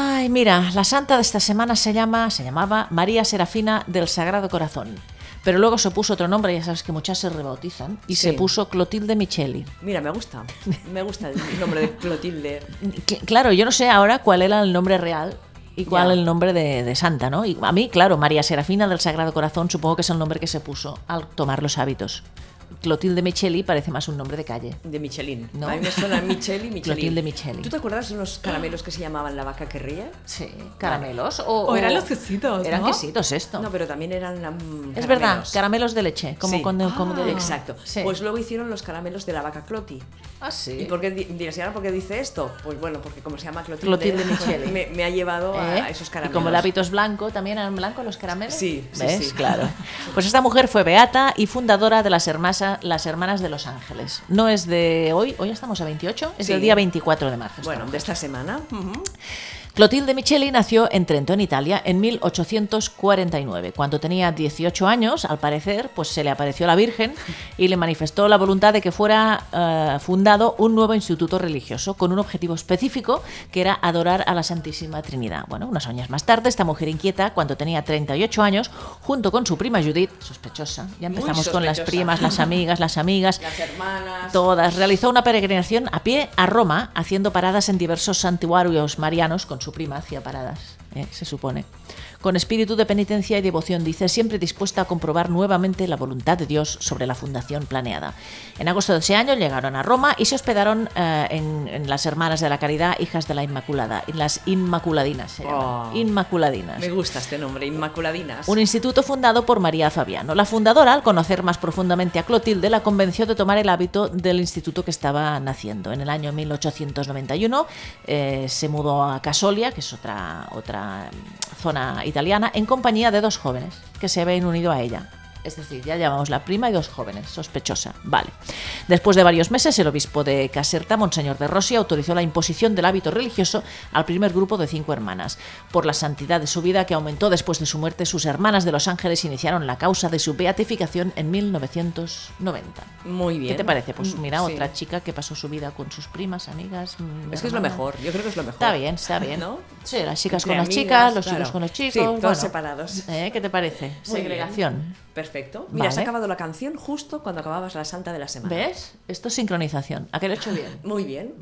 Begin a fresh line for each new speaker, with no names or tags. Pues mira, la santa de esta semana se llama, se llamaba María Serafina del Sagrado Corazón. Pero luego se puso otro nombre, ya sabes que muchas se rebautizan, y se
Sí.
puso Clotilde Micheli.
Mira, me gusta. Me gusta el nombre de Clotilde.
Cl- Claro, yo no sé ahora cuál era el nombre real y cuál
Ya.
el nombre de, de santa, ¿no? Y a mí, claro, María Serafina del Sagrado Corazón supongo que es el nombre que se puso al tomar los hábitos. Clotilde Micheli parece más un nombre de calle.
De Michelin.
No.
A mí me suena Micheli, Michelin.
Clotilde Micheli.
¿Tú te acuerdas de unos caramelos que se llamaban la vaca que ríe?
Sí, caramelos o,
O eran los quesitos,
Eran
¿no?
quesitos esto.
No, pero también eran mm,
es
caramelos.
verdad, caramelos de leche, como
Sí. Ah.
con como de leche.
Exacto.
Sí.
Pues luego hicieron los caramelos de la vaca Cloti.
Ah, sí.
¿Y por qué di- dirás, ¿y ahora por qué dice esto? Pues bueno, porque como se llama Clotilde,
Clotilde Micheli.
Me, me ha llevado
¿Eh?
a Oh, esos caramelos.
Y como el hábito es blanco, ¿también eran blancos los caramelos?
Sí, sí,
¿Ves?
sí.
Claro. Pues esta mujer fue beata y fundadora de las, hermasa- las Hermanas de Los Ángeles. No es de hoy, hoy estamos a 28, es
Sí.
del día 24 de marzo. esta
Bueno,
mujer.
de esta semana.
Clotilde Micheli nació en Trento, en Italia, en 1849. Cuando tenía 18 años, al parecer, pues se le apareció la Virgen y le manifestó la voluntad de que fuera eh, fundado un nuevo instituto religioso con un objetivo específico que era adorar a la Santísima Trinidad. Bueno, unos años más tarde, esta mujer inquieta, cuando tenía 38 años, junto con su prima Judith, sospechosa, ya
Muy
empezamos con las
sospechosa.
primas, las amigas, las amigas,
Las hermanas.
Todas. Realizó una peregrinación a pie a Roma, haciendo paradas en diversos santuarios marianos con su prima, hacía paradas, eh, se supone. Con espíritu de penitencia y devoción, dice, siempre dispuesta a comprobar nuevamente la voluntad de Dios sobre la fundación planeada. En agosto de ese año llegaron a Roma y se hospedaron eh, en, en las Hermanas de la Caridad, Hijas de la Inmaculada, en las Inmaculadinas. se llaman.
Oh.
Inmaculadinas.
Me gusta este nombre, Inmaculadinas.
Un instituto fundado por María Fabiano. La fundadora, al conocer más profundamente a Clotilde, la convenció de tomar el hábito del instituto que estaba naciendo. En el año 1891 eh, se mudó a Casolia, que es otra, otra mm, zona italiana, en compañía de dos jóvenes que se habían unido a ella. Es decir, ya llamamos la prima y dos jóvenes, sospechosa. Vale. Después de varios meses, el obispo de Caserta, Monseñor de Rossi, autorizó la imposición del hábito religioso al primer grupo de cinco hermanas. Por la santidad de su vida, que aumentó después de su muerte, sus hermanas de Los Ángeles iniciaron la causa de su beatificación en 1990.
Muy bien.
¿Qué te parece? Pues
Mm,
mira,
sí.
otra chica que pasó su vida con sus primas, amigas. mm,
Es que es lo
hermanas.
mejor, yo creo que es lo mejor.
Está bien, está bien.
¿No?
Sí, las chicas
Entre
con las
amigas,
chicas, los chicos
claro.
con los chicos.
Sí, todos
bueno.
separados.
¿Eh? ¿Qué te parece?
Muy
Segregación.
bien. Perfecto. Mira, se
Vale.
ha acabado la canción justo cuando acababas la santa de la semana.
¿Ves? Esto es sincronización. ¿A qué lo he hecho bien?
Muy bien.